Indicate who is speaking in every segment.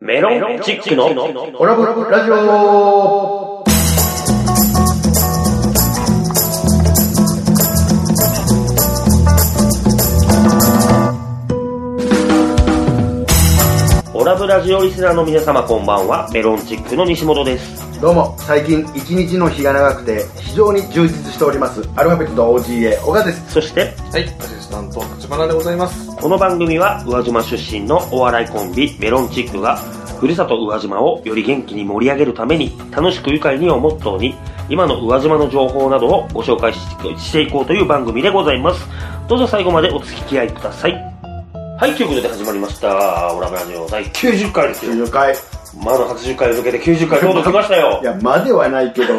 Speaker 1: メロンチックの
Speaker 2: オラブラジオ
Speaker 1: オラブラジオリスナーの皆様こんばんは、メロンチックの西本です。
Speaker 2: どうも、最近一日の日が長くて非常に充実しております。アルファベットと OGA、小川です。
Speaker 1: そして、
Speaker 3: はい、アシスタント、立花でございます。
Speaker 1: この番組は宇和島出身のお笑いコンビ、メロンチックが、ふるさと宇和島をより元気に盛り上げるために、楽しく愉快にをモットーに、今の宇和島の情報などをご紹介ししていこうという番組でございます。どうぞ最後までお付き合いください。はい、ということで始まりました、オラブラジオ第90回ですよ。
Speaker 2: 90回。い
Speaker 1: まだ80回抜けて90回、とうとう来ましたよ。
Speaker 2: や、まではな いけど、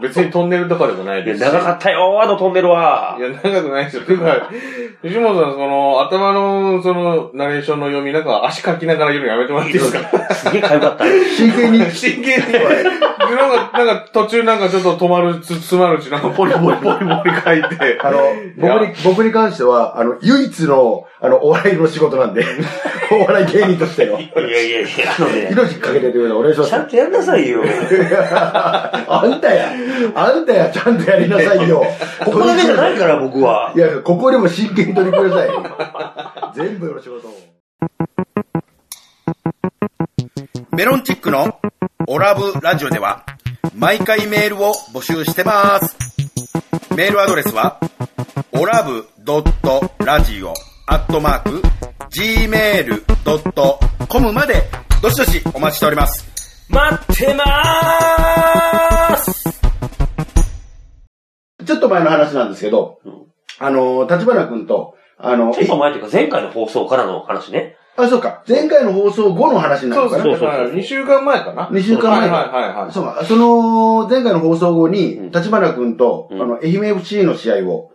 Speaker 3: 別にトンネルとかでもない
Speaker 1: いや、
Speaker 3: ですし。
Speaker 1: 長かったよ、あのトンネルは。
Speaker 3: いや、長くないですよ。てか、吉本さん、その、頭の、その、ナレーションの読み、なんか足かきながら読むのやめてもらっていいですか
Speaker 1: すげえかゆかった。
Speaker 2: 真剣に、
Speaker 3: 真剣に。でなんか、なんか途中なんかちょっと止まる、つ、詰まるうち、なんかポリポリポリポリ書いて。
Speaker 2: あの、僕に、僕に関しては、あの、唯一の、あの、お笑いの仕事な んで、お笑い芸人としての、
Speaker 1: いやいやいや、あのね、
Speaker 2: 命かけてというのお願いします
Speaker 1: ち。ゃんとやんなさいよ。
Speaker 2: あんたや、あんたや、ちゃんとやりなさいよ。
Speaker 1: ここだけじゃないから、僕は。
Speaker 2: いや、ここでも真剣に取り組みなさい。全部の仕事を。
Speaker 4: メロンチックのオラブラジオでは毎回メールを募集してます。メールアドレスはオラブドットラジオアットマーク gmail.com までどしどしお待ちしております。
Speaker 1: 待ってまーす
Speaker 2: ちょっと前の話なんですけど、
Speaker 1: ん
Speaker 2: あの、立花君と、あの、
Speaker 1: ちょっと前というか、前回の放送からの話ね。
Speaker 2: あ、そうか、前回の放送後の話にな
Speaker 3: そ
Speaker 2: る
Speaker 3: う
Speaker 2: か
Speaker 3: そう
Speaker 2: な。
Speaker 3: そ
Speaker 1: そ
Speaker 3: う。
Speaker 1: うそうそう
Speaker 3: 2週間前かな
Speaker 2: 二週間
Speaker 3: はい
Speaker 2: 前
Speaker 3: はいはいはい。
Speaker 2: そうか、その、前回の放送後に、
Speaker 1: うん
Speaker 2: 立花君と、
Speaker 1: うん
Speaker 2: あの、愛媛 FC の試合を、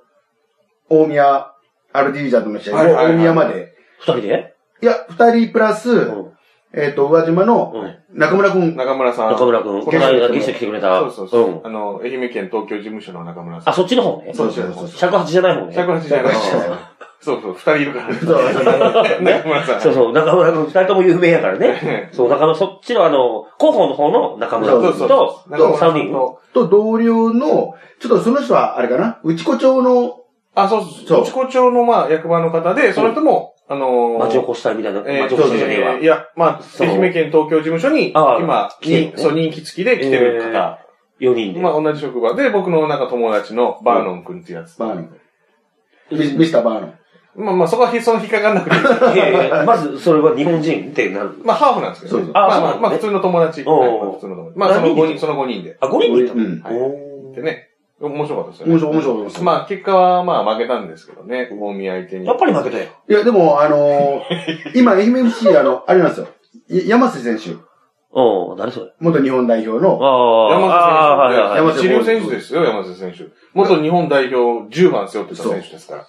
Speaker 2: 大宮、アルディージャとの試合を
Speaker 3: はいはいはい
Speaker 2: 大宮まで、
Speaker 1: 二人で
Speaker 2: いや、二人プラス、
Speaker 1: うん。
Speaker 2: えっ、と、宇和島の
Speaker 1: うん。
Speaker 2: 中村君、
Speaker 3: 中村さん。
Speaker 1: 中村くん、こ
Speaker 3: こ
Speaker 1: の
Speaker 3: の
Speaker 1: 間
Speaker 3: 間
Speaker 1: ゲスト来てくれた。
Speaker 3: そうそうそう。
Speaker 1: ん。
Speaker 3: あの、愛媛県東京事務所の中村さ
Speaker 1: あ、
Speaker 3: ん。
Speaker 1: そっちの方ね。
Speaker 2: そうそうそう
Speaker 1: 尺八じゃない方ね。
Speaker 3: 108じゃない
Speaker 2: 尺八じゃない
Speaker 3: そうそう、二人いるからね。
Speaker 2: そう
Speaker 3: 中村さん。
Speaker 1: そうそう、中村くん、二人とも有名やからね。
Speaker 3: ね
Speaker 1: そう、中村、そっちのあの、広報の方の中村
Speaker 2: そう
Speaker 1: く
Speaker 2: そ
Speaker 1: んと、
Speaker 3: 中村さ
Speaker 1: 三
Speaker 3: んと
Speaker 1: 人。
Speaker 2: と同僚の、ちょっとその人は、あれかな、内子町の、
Speaker 3: あ、そう
Speaker 2: そ
Speaker 3: そうう。内子町の、まあ、役場の方で、その人も、あのー、
Speaker 1: 町おこしたいみたいな。
Speaker 3: えー
Speaker 1: 町おこしじゃねえわ
Speaker 3: えー。いや、まあ、
Speaker 1: そう
Speaker 3: 愛媛県東京事務所に、
Speaker 1: あー
Speaker 3: 今、
Speaker 1: 来てる
Speaker 3: にそう、人気付きで来てる方。
Speaker 1: 四人で。
Speaker 3: まあ、同じ職場で、僕のなんか友達のバーノン君ってやつ。
Speaker 2: バーノン。ミミスターバーノン。
Speaker 3: まあまあ、そこはひそ の引っかかんなくていい。
Speaker 1: いやいやまず、それは日本人ってなる。
Speaker 3: まあ、ハーフなんですけどね。
Speaker 2: そうそ
Speaker 3: ま
Speaker 2: う
Speaker 3: あま
Speaker 1: あそ
Speaker 3: あ、
Speaker 1: う
Speaker 3: まあ、普通の友達。
Speaker 1: おー
Speaker 3: はいまあ普通の友達。まあ、その
Speaker 1: 何人
Speaker 3: 5
Speaker 1: で
Speaker 3: 人、その5人で。
Speaker 1: あ、5人でいた
Speaker 2: う
Speaker 1: の
Speaker 2: ん。
Speaker 3: はい
Speaker 1: お
Speaker 3: で
Speaker 1: ー
Speaker 3: ね、面白かったですよね。
Speaker 2: 面白い、面白い、面白い。
Speaker 3: まあ、結果は、まあ、負けたんですけどね。大宮相手に。
Speaker 1: やっぱり負けたよ。
Speaker 2: いや、でも、あ のー今、愛媛 FC、あの、あれなんですよ。い山瀬選手、
Speaker 1: うん、誰それ
Speaker 2: 元日本代表の、
Speaker 1: あーあー、
Speaker 3: 山瀬選手。
Speaker 1: はいはい。
Speaker 2: 山
Speaker 3: 山瀬
Speaker 2: 瀬選手
Speaker 3: 選手ですよ、山瀬選手。元日本代表10番背負ってた選手ですから。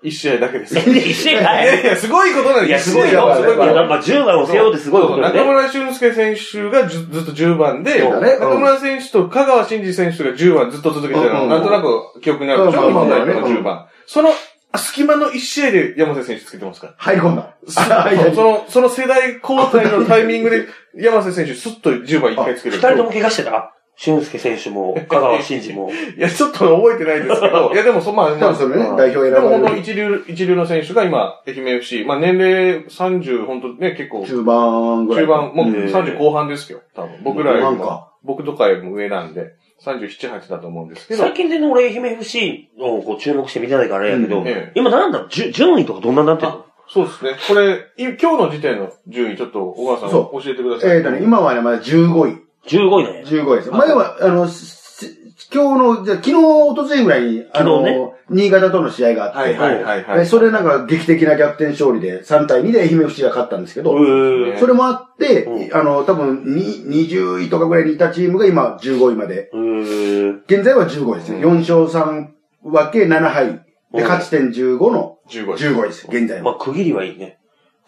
Speaker 3: 一試合だけですよ。
Speaker 1: 一試合だ
Speaker 3: いやいや、すごいことなんです
Speaker 1: いや、すごい
Speaker 2: や
Speaker 1: よ。
Speaker 2: す
Speaker 1: す
Speaker 2: ご
Speaker 1: ご
Speaker 2: い
Speaker 1: いこ
Speaker 2: こ
Speaker 1: とと。まあ、10番を背負うってすごいことだ
Speaker 3: 中
Speaker 1: よね。
Speaker 3: 村俊介選手がずずっと10番で、
Speaker 2: そうだねうん
Speaker 3: 中村選手と香川真司選手が10番ずっと続けてた
Speaker 2: うんう
Speaker 3: の、
Speaker 2: ん
Speaker 3: なんとなく記憶にあるでし
Speaker 2: う
Speaker 3: ょ、
Speaker 2: ん
Speaker 3: 日本代表の
Speaker 2: うん
Speaker 3: 10番。その隙間の1試合で山瀬選手つけてますから。
Speaker 2: 入り込んだ。
Speaker 3: そ
Speaker 2: はいはい
Speaker 3: の、その世代交代のタイミングで山瀬選手すっと10番1回つけて
Speaker 1: 二
Speaker 3: る。
Speaker 1: 人とも怪我してた俊介選手も、香川真司も。
Speaker 3: いや、ちょっと覚えてないですけ ど、いや、でもそ、まあ、
Speaker 2: 多分それね、代表選
Speaker 3: でも本
Speaker 2: ば
Speaker 3: 当
Speaker 2: れる。
Speaker 3: 一流、一流の選手が今、愛媛 FC、まあ年齢30、本当ね、結構、
Speaker 2: 中盤ぐらい。
Speaker 3: 中盤、もう
Speaker 1: ええ
Speaker 3: 30後半ですよ、多分。僕らよ
Speaker 2: な
Speaker 3: り
Speaker 2: ん
Speaker 3: も、
Speaker 2: か。
Speaker 3: 僕とかよりも上なんで、37、8だと思うんですけど、
Speaker 1: 最近全然俺、愛媛 FC をこう注目して見てないからあれやけ
Speaker 2: う
Speaker 1: ど
Speaker 2: ん
Speaker 3: ええ、
Speaker 1: 今なんだ、じゅ順位とかどんなになってるの
Speaker 3: そうですね。これ、い今日の時点の順位、ちょっと、小川さん
Speaker 2: そ
Speaker 3: 教えてください。
Speaker 2: えっ、とね、今はね、まだ15位。
Speaker 1: ?15 位だね。
Speaker 2: 15位です。前は、あの、し今日の、じゃあ昨日、おとついぐらいに、あの、
Speaker 1: 昨日
Speaker 2: 新潟との試合があって、
Speaker 3: はいはいはいは
Speaker 2: で
Speaker 3: い。
Speaker 2: それなんか劇的な逆転勝利で、3対2で愛媛 FC が勝ったんですけど、
Speaker 1: う
Speaker 2: それもあって、
Speaker 1: う
Speaker 2: あの、多分に20位とかぐらいにいたチームが今15位まで
Speaker 1: ーん。
Speaker 2: 現在は15位ですね。4勝3分け7敗。
Speaker 1: うん
Speaker 2: で、勝ち点15の
Speaker 3: 15位。
Speaker 2: 15位です。現在
Speaker 1: まあ、
Speaker 2: は。
Speaker 1: 区切りはいいね。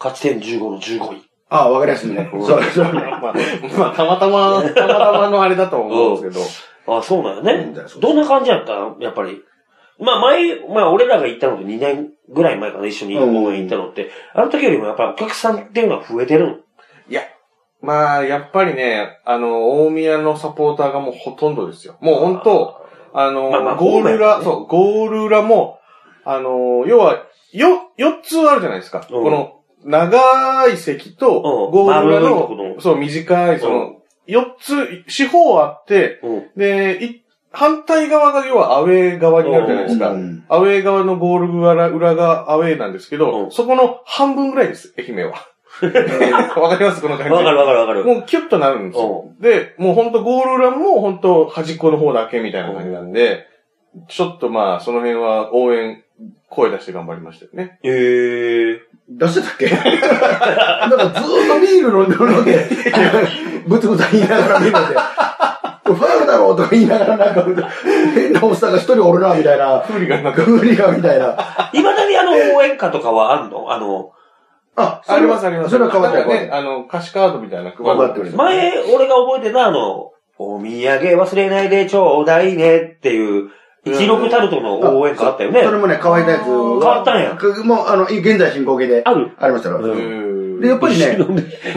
Speaker 1: 勝ち点15の15位。
Speaker 2: ああ、わかりやすいね。
Speaker 1: うん
Speaker 2: そうそうね。
Speaker 3: まあ、 まあ、たまたま、たまたまのあれだと思うんです けど、
Speaker 1: ああ、そうなんよね
Speaker 2: うんそうそ。う
Speaker 1: どんな感じやったやっぱり。まあ前、まあ俺らが行ったのと2年ぐらい前かな、一緒に
Speaker 2: うん
Speaker 1: 応援行ったのって、あの時よりもやっぱお客さんっていうのは増えてるの。
Speaker 3: いいや、まあ、やっぱりね、あの、大宮のサポーターがもうほとんどですよ。もう本当、あの、
Speaker 1: まあまあ
Speaker 3: ゴー
Speaker 1: ゴール裏
Speaker 3: ル裏、
Speaker 1: ね
Speaker 3: そう、ゴール裏も、あの、要は、よ、四つあるじゃないですか。
Speaker 1: うん
Speaker 3: この、長い席と、
Speaker 1: うん
Speaker 3: ゴール裏
Speaker 1: 丸
Speaker 3: の、
Speaker 1: いとこの
Speaker 3: そう、短い、その、四つ、四方あって、
Speaker 1: うん。
Speaker 3: で、い反対側が要はアウェー側になるじゃないですか。
Speaker 2: うん
Speaker 3: アウェー側のゴール裏裏がアウェーなんですけど、
Speaker 1: うん
Speaker 3: そこの半分ぐらいです、愛媛は。わかりますこの感じ。
Speaker 1: わかるわかるわかる。
Speaker 3: もうキュッとなるんですよ。で、もうほんとゴール裏もほんと端っこの方だけみたいな感じなんで、ちょっとまあその辺は応援、声出して頑張りましたよね。
Speaker 1: ええ
Speaker 2: 出してたっけ なんかずーっとビール飲んで飲 んで、ブツブツ言いながらビール飲んで、ファウルだろうとか言いながらなんか、変なおっさんが一人おるな、みたいな。
Speaker 3: フーリガンなんか。
Speaker 2: グリがみたいな。
Speaker 1: いまだにあの応援歌とかはあんのあの、
Speaker 2: あ、そ
Speaker 3: あ
Speaker 2: れ
Speaker 3: り
Speaker 2: は
Speaker 3: ますあります。
Speaker 2: それは変わって
Speaker 3: なんか
Speaker 2: ない
Speaker 3: ね、。あの、歌詞カードみたいなの配ってくれる。
Speaker 1: 前、俺が覚えてたあの、お土産忘れないでちょうだいねっていう、一六タルトの応援歌あったよね。
Speaker 2: それもね、乾いたやつ変
Speaker 1: 変わったんや。
Speaker 2: もう、あの、現在進行形で。
Speaker 1: ある
Speaker 2: ありました
Speaker 1: う
Speaker 2: よ。
Speaker 1: ん
Speaker 2: で、やっぱりね、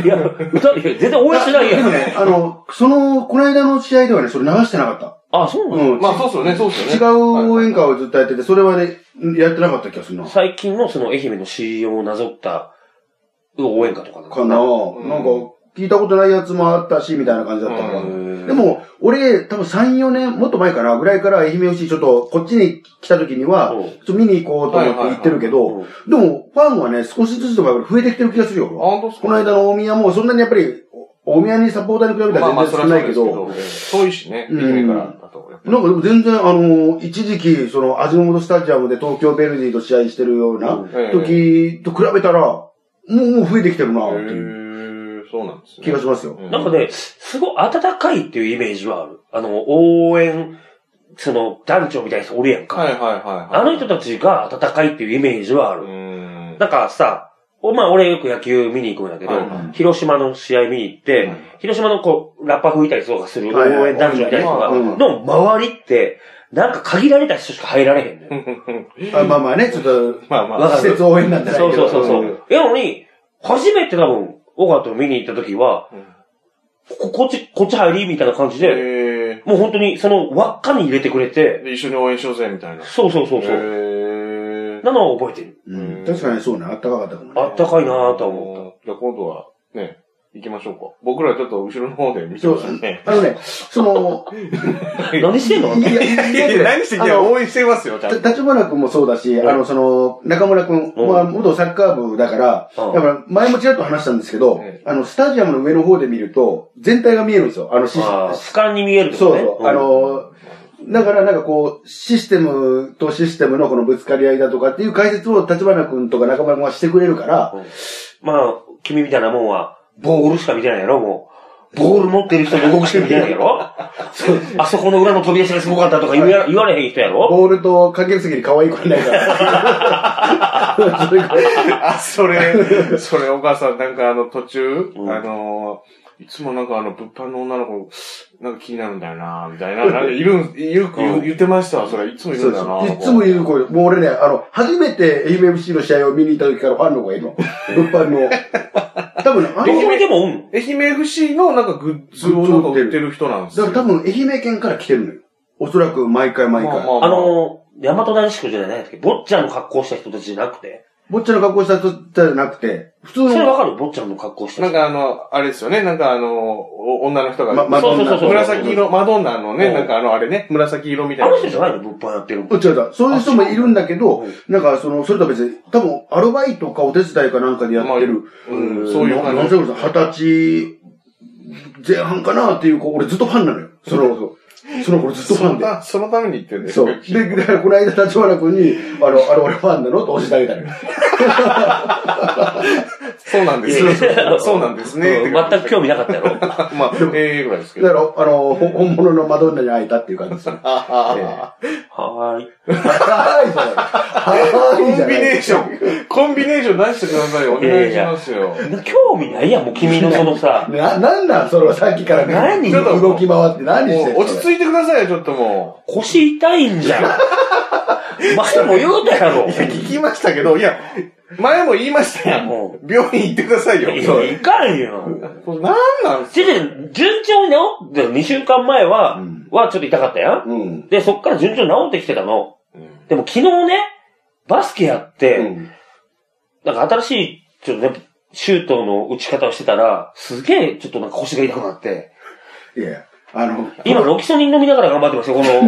Speaker 1: いや、歌うよ全然応援してない
Speaker 2: で
Speaker 1: や
Speaker 2: も
Speaker 1: ん。
Speaker 2: ね、あの、その、この間の試合ではね、それ流してなかった。
Speaker 1: あ、そうなの、
Speaker 2: うん。
Speaker 3: まあそうっすよね、そうっすよね。
Speaker 2: 違う応援歌をずっとやってて、それはね、やってなかった気がするな。
Speaker 1: 最近のその愛媛の CM をなぞった応援歌とかなの
Speaker 2: かな、
Speaker 3: ん
Speaker 2: なんか、聞いたことないやつもあったし、みたいな感じだったから。
Speaker 3: う
Speaker 2: でも、俺、多分3、4年、もっと前かな、ぐらいから愛媛 FC ちょっと、こっちに来た時には、
Speaker 1: うん
Speaker 2: ちょっと見に行こうと思って行ってるけど、
Speaker 1: うん
Speaker 2: でも、ファンはね、少しずつでもやっぱり増えてきてる気がするよ。
Speaker 3: あ、
Speaker 2: 俺
Speaker 3: 本当っす
Speaker 2: この間の大宮も、そんなにやっぱり、お大宮にサポーターに比べた
Speaker 3: まあま
Speaker 2: ら
Speaker 3: あ
Speaker 2: 全
Speaker 3: そ
Speaker 2: 然
Speaker 3: れ
Speaker 2: 少
Speaker 3: はそう
Speaker 2: ない
Speaker 3: で
Speaker 2: け
Speaker 3: すけ
Speaker 2: ど
Speaker 3: ど、、遠いしね、
Speaker 2: うん
Speaker 3: 愛媛からだと。やっぱ
Speaker 2: なんかでも全然、あのー一時期、その、味の素スタジアムで東京ベルディと試合してるような
Speaker 3: ええ
Speaker 2: 時と比べたら、もう、もう増えてきてるな、
Speaker 3: へ
Speaker 2: っていう
Speaker 3: ーそうなんですね。
Speaker 2: 気がしますよ。
Speaker 3: うん
Speaker 1: なんかね、すごい温かいっていうイメージはある。あの、応援、その、団長みたいな人おるやんか。
Speaker 3: はいはいはいはい。
Speaker 1: あの人たちが温かいっていうイメージはあ
Speaker 3: う
Speaker 1: る。
Speaker 3: ん。
Speaker 1: なんかさ、おまあ俺よく野球見に行くんだけど、
Speaker 3: はい
Speaker 2: はい
Speaker 1: 広島の試合見に行って、
Speaker 3: はい
Speaker 1: 広島のこう、ラッパ吹いたりとかする応
Speaker 2: はいはい
Speaker 1: 援団長みたいな人が、
Speaker 3: はい
Speaker 2: はい
Speaker 1: の周りって、なんか限られた人しか入られへんのよ。
Speaker 2: あまあまあね、ちょっと、
Speaker 3: まあまあ。
Speaker 1: わか
Speaker 2: 施
Speaker 1: る
Speaker 2: 設応援なんてない
Speaker 1: そう
Speaker 2: け
Speaker 1: そう
Speaker 2: ど。
Speaker 1: そうそう。やのに、初めて多分、オガと見に行った時は、ここっち、こっち入りみたいな感じで、
Speaker 3: え
Speaker 1: もう本当にその輪っかに入れてくれ
Speaker 3: ー
Speaker 1: て、
Speaker 3: で、一緒に応援しようぜ、みたいな。
Speaker 1: そうそうそうそう。
Speaker 3: へー
Speaker 1: なのは覚えてる。
Speaker 2: うん確かにそうね、あったかかったかもね。
Speaker 1: あったかいなぁとは思っ
Speaker 3: じゃあ今度は、ね、行きましょうか。僕らちょっと後ろの方で見て
Speaker 2: そ
Speaker 3: ま
Speaker 2: う
Speaker 3: すね。
Speaker 2: あのね、その、
Speaker 1: た。何してん のあんた
Speaker 2: いや、いや
Speaker 3: いやいや、何してん
Speaker 2: あの
Speaker 3: 応援してますよ、ちゃんと。
Speaker 2: た立花君もそうだし、
Speaker 1: うん
Speaker 2: あの、その、中村君
Speaker 1: うん
Speaker 2: は元サッカー部だから、
Speaker 1: うん
Speaker 2: だから前もちらっと話したんですけど
Speaker 3: え、
Speaker 2: あの、スタジアムの上の方で見ると、全体が見えるんですよ。あの、シ
Speaker 1: ああ、
Speaker 2: ス
Speaker 1: 俯瞰に見えるってこ
Speaker 2: そう
Speaker 1: とね。
Speaker 2: そう、あの、だからなんかこう、システムとシステムのこのぶつかり合いだとかっていう解説を立花君とか中村君はしてくれるから、
Speaker 1: まあ、君みたいなもんは、ボールしか見てないやろ、もう。ボール持ってる人の動きしか見てないやろ そうあそこの裏の飛び出しがすごかったとか言うや言われへん人やろ
Speaker 2: ボールと関係席に可愛い子いないから。それが
Speaker 3: あ、それ、それお母さん、なんかあの途中、
Speaker 1: うん
Speaker 3: あのー、いつもなんかあの、物販の女の子、なんか気になるんだよなみたいな、なんかいるん、言う、言う言ってましたわ、それ。いつもいる
Speaker 2: そ
Speaker 3: ん
Speaker 2: う
Speaker 3: だ
Speaker 2: で
Speaker 3: よな
Speaker 2: す。いつも言う子、もう俺ね、あの、初めて AMFC の試合を見に行った時からファンの子がいるの。物販の。多分ね、あの
Speaker 1: どこ見てもおんの
Speaker 3: 愛媛 FC のなんかグッズをなんか売ってる人なんです
Speaker 2: だ
Speaker 3: よ。
Speaker 2: から多分愛媛県から来てるのよ。おそらく毎回毎
Speaker 3: まあま
Speaker 1: あ
Speaker 2: 回。
Speaker 1: の、大和大宿じゃないですけど、坊っちゃんの格好した人たちじゃなくて、
Speaker 2: ぼっちゃんの格好した人じゃなくて、普通
Speaker 1: それわ
Speaker 2: の、
Speaker 1: かる坊っちゃんの格好した
Speaker 3: なん
Speaker 1: 人。
Speaker 3: かあの、あれですよね、なんかあの、お女の人が、
Speaker 2: ま、マドンナ
Speaker 1: そうそうそうそう
Speaker 3: 紫色、マドンナの
Speaker 1: う
Speaker 3: ね、
Speaker 1: ん
Speaker 3: なんかあの、あれね、紫色みた
Speaker 1: あ
Speaker 3: い
Speaker 1: の人じゃ
Speaker 3: な。
Speaker 1: ないの物販やってるの。
Speaker 2: 違う違う。そういう人もいるんだけど
Speaker 1: うん、
Speaker 2: なんかその、それとは別に、多分アルバイトかお手伝いかなんかでやってる。
Speaker 3: うん、そういう感
Speaker 2: ななん
Speaker 3: じ
Speaker 2: せ。俺さ二十歳前半かなっていう子、俺ずっとファンなのよ。その、その子ずっとファンで。
Speaker 3: あ、そのために言ってるんだよ。
Speaker 2: そう。 で、だからこの間、立花君に、あの、あの、俺ファンなのと教えてあげたのよ。
Speaker 3: そうなんです
Speaker 1: いやいや
Speaker 3: ね。そうなんですね。
Speaker 1: うん全く興味なかったやろ。
Speaker 3: 味。まあ、ええぐらいですけ
Speaker 2: だ
Speaker 3: ど。
Speaker 2: から、あの、ほ本物のマドンナに会えたってい う感じですよ。
Speaker 3: あああ
Speaker 1: はーい。
Speaker 2: はーいじゃない。は
Speaker 3: コン
Speaker 2: ーいじゃ
Speaker 3: ビ
Speaker 2: ない。
Speaker 3: ネーション、コンビネーション出してくださいよ。お願いしますよ。
Speaker 1: 興味ないやん、もう君のその さ。
Speaker 2: な、なんなんそれはさっきから
Speaker 1: 何
Speaker 2: ちょっと動き回って何してん
Speaker 3: も
Speaker 2: の
Speaker 3: う落ち着いてくださいよ、ちょっとも
Speaker 1: 腰痛いんじゃん。前も言うたやろ。
Speaker 3: う。聞きましたけど、いや、前も言いましたやん。
Speaker 1: う
Speaker 3: 病院行ってくださいよ。
Speaker 1: いやいかんよ。
Speaker 3: これなんなんす
Speaker 1: ちで、順調に治って、2週間前は、
Speaker 2: うん
Speaker 1: はちょっと痛かったやん。
Speaker 2: うん。
Speaker 1: で、そっから順調に治ってきてたの。でも昨日ね、バスケやって、
Speaker 2: うん
Speaker 1: なんか新しい、ちょっとね、シュートの打ち方をしてたら、すげえ、ちょっとなんか腰が痛くなって。
Speaker 2: いやいや、あの、
Speaker 1: 今、ロキソニン飲みながら頑張ってますよ、この、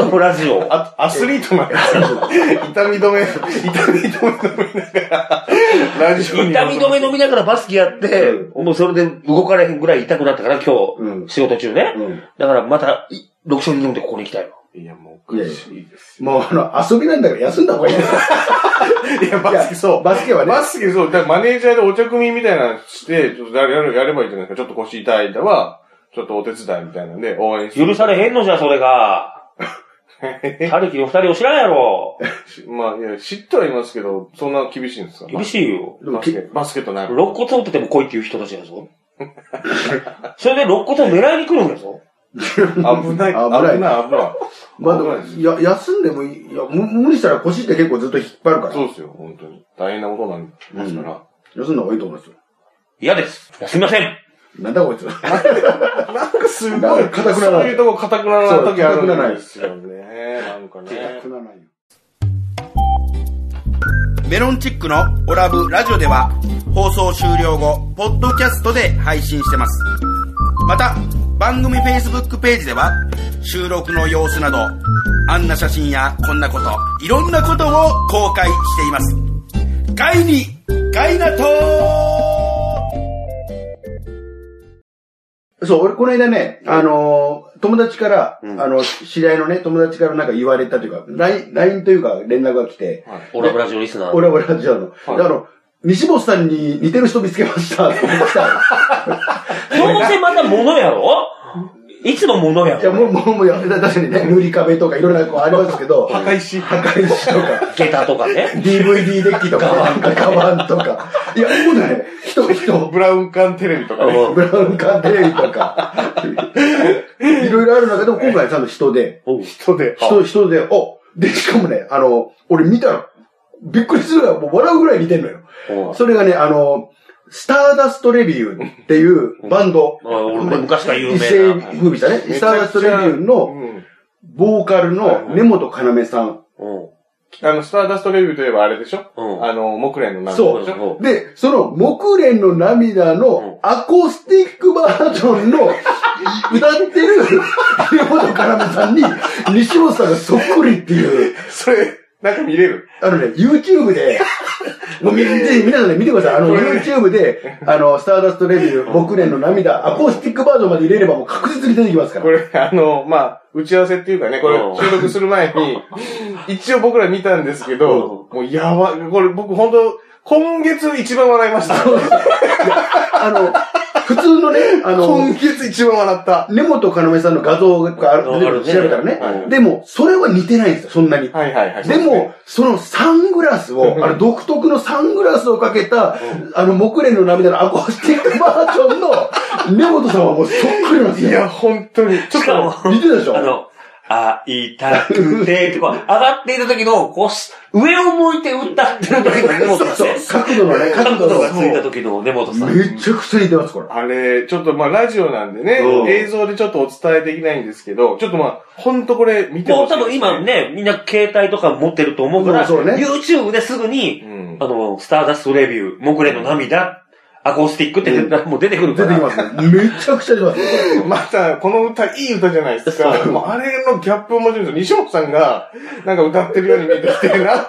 Speaker 1: このラジオ。
Speaker 3: あアスリートなんですよ。痛み止め、痛み止め飲みながら、ラジ
Speaker 1: 痛
Speaker 3: オに。
Speaker 1: み止め飲みながらバスケやって、もうそれで動かれへんぐらい痛くなったから、今
Speaker 2: う
Speaker 1: 日、仕事中ね。
Speaker 2: うん。
Speaker 1: だからまた、いロキソニン飲んでここに行きたいわ。
Speaker 3: め。いや、もうおかしいですよ。
Speaker 2: もうあの、遊びなんだから休んだ方がいいよ。
Speaker 3: いや、バスケそう。
Speaker 2: バスケはね。
Speaker 3: バスケ、そう、だからマネージャーでお茶組みたいなのして、ちょっとやれやればいいじゃないですか。ちょっと腰痛いんだわ。ちょっとお手伝いみたいなんで、応援して。
Speaker 1: 許されへんのじゃ、それ が。タルキの二人を知らんやろ。
Speaker 3: まあ、いや、知ってはいますけど、そんな厳しいんですか
Speaker 1: 厳しいよ。
Speaker 3: バスケ、バスケットない。
Speaker 1: 肋骨折ってても来いっていう人たちやぞ。それで肋骨を狙いに来るんやぞ。
Speaker 3: 危ない、危ない、危ない。
Speaker 2: まあで
Speaker 3: 危
Speaker 2: も
Speaker 3: ないです
Speaker 2: いや、休んでもいい。いや、む無理したら腰って結構ずっと引っ張るから。
Speaker 3: そうですよ、本当に。大変なことになりますから。
Speaker 2: 休んだ方がいいと思いますよ。
Speaker 1: 嫌です。すみません。
Speaker 2: なんだこいつ。
Speaker 3: なんかす
Speaker 2: な
Speaker 3: ご
Speaker 2: ん
Speaker 3: い、
Speaker 2: か硬くならない
Speaker 3: そういうとこ硬くならない時あるんですよね。なんかね。
Speaker 2: は
Speaker 4: メロンチックのオラブラジオでは放送終了後、ポッドキャストで配信してます。また、番組 Facebook ページでは収録の様子など、あんな写真やこんなこと、いろんなことを公開しています。ガイにガイナトー
Speaker 2: そう、俺この間ね、あのー友達から、
Speaker 1: うん
Speaker 2: あの、知り合いのね、友達からなんか言われたというか、LINE LINE というか連絡が来て、
Speaker 3: はい
Speaker 1: オラブラジオリスナー。
Speaker 2: 俺は俺はじゃあの、
Speaker 3: はい
Speaker 2: であの、西本さんに似てる人見つけま したって言ってきた。
Speaker 1: どうせまた物やろいつも物や
Speaker 2: いや、
Speaker 1: ろ
Speaker 2: もう、もう、もうやってた、確かにね、塗り壁とかいろんなこうありますけど、破
Speaker 3: 破壊し、
Speaker 2: 壊しとか、
Speaker 1: 下駄とかね。
Speaker 2: DVD デッキとか、なんかカバンとか、いや、もうね、人、人、
Speaker 3: ブラウン管テレビとかね。
Speaker 2: ブラウン管テレビとか、いろいろある中でも今回ちゃんと人で、
Speaker 1: うん
Speaker 3: 人で。
Speaker 2: 人、人で、おで、しかもね、あの、俺見たら、びっくりするぐらい、もう笑うぐらい似てんのよ。それがね、あの、スターダストレビューっていうバンド。
Speaker 1: あ俺も昔から有
Speaker 2: 一世
Speaker 1: 名な。
Speaker 2: 風靡したね。スターダストレビュー
Speaker 3: う
Speaker 2: の
Speaker 3: ん
Speaker 2: ボーカルの根本かなめさん。
Speaker 1: うん
Speaker 3: あの、スターダストレビューといえばあれでしょ
Speaker 1: うん
Speaker 3: あの、木蓮の涙でし
Speaker 2: そう
Speaker 3: ょ
Speaker 1: そ
Speaker 2: で、その木蓮の涙のアコースティックバージョンの歌ってる根本かなめさんに西本さんがそっくりっていう。
Speaker 3: それ、なんか見れる
Speaker 2: あのね、YouTube で、もうみ、ぜひ皆さんね、見てください。あの、YouTube で、あの、スターダストレビュー、木蓮の涙、アコースティックバージョンまで入れればもう確実に出てきますから。
Speaker 3: これ、あの、まあ、打ち合わせっていうかね、これ
Speaker 1: うん
Speaker 3: 収録する前に、一応僕ら見たんですけど、もうやばい、これ僕本当今月一番笑いました。
Speaker 2: あの、普通のね、あ
Speaker 3: 今
Speaker 2: の、
Speaker 3: 月一番笑った。
Speaker 2: 根本かなめさんの画像がある出てくる
Speaker 1: あるね
Speaker 2: 調べたらね。
Speaker 1: はい
Speaker 2: でも、それは似てないんですよ、そんなに。
Speaker 3: はいはいはい。
Speaker 2: でも、そのサングラス
Speaker 3: うん
Speaker 2: を、あの独特のサングラスをかけた、あの、木蓮の涙のアコースティックバージョンの根本さんはもうそっくりなんで
Speaker 3: い
Speaker 2: すよ。
Speaker 3: や、本当に。ちょ
Speaker 1: う。
Speaker 3: っ
Speaker 1: しかも
Speaker 3: と、、
Speaker 2: 似てたでしょ
Speaker 1: あの、あ、いたくて、とか、上がっていた時の、こうし、上を向いて歌ってる時の根本さん
Speaker 2: そ
Speaker 1: ね
Speaker 2: う、。角度のね、角
Speaker 1: 角
Speaker 2: 度
Speaker 1: 度
Speaker 2: の
Speaker 1: がついた時の根本さん。
Speaker 2: めちゃくちゃ似てます、これ。
Speaker 3: あれ、ちょっとまあ、ラジオなんでね
Speaker 2: う、ん
Speaker 3: 映像でちょっとお伝えできないんですけど、ちょっとまあ、本当これ見て
Speaker 1: も
Speaker 3: ほ
Speaker 1: う
Speaker 3: しい
Speaker 1: 多
Speaker 3: です
Speaker 1: 分今ね、みんな携帯とか持ってると思うか
Speaker 2: う
Speaker 1: ら、
Speaker 2: んそうね
Speaker 1: YouTube ですぐに、
Speaker 3: うん
Speaker 1: あの、スターダストレビュー、木蓮の涙、アコースティックって、もう出てくるか
Speaker 2: 出て
Speaker 1: ら。
Speaker 2: きますね。めちゃくちゃ出てますね。
Speaker 3: また、この歌、いい歌じゃないですか。もうあれのギャップも面白いですよ。西本さんが、なんか歌ってるように見えてき て、な、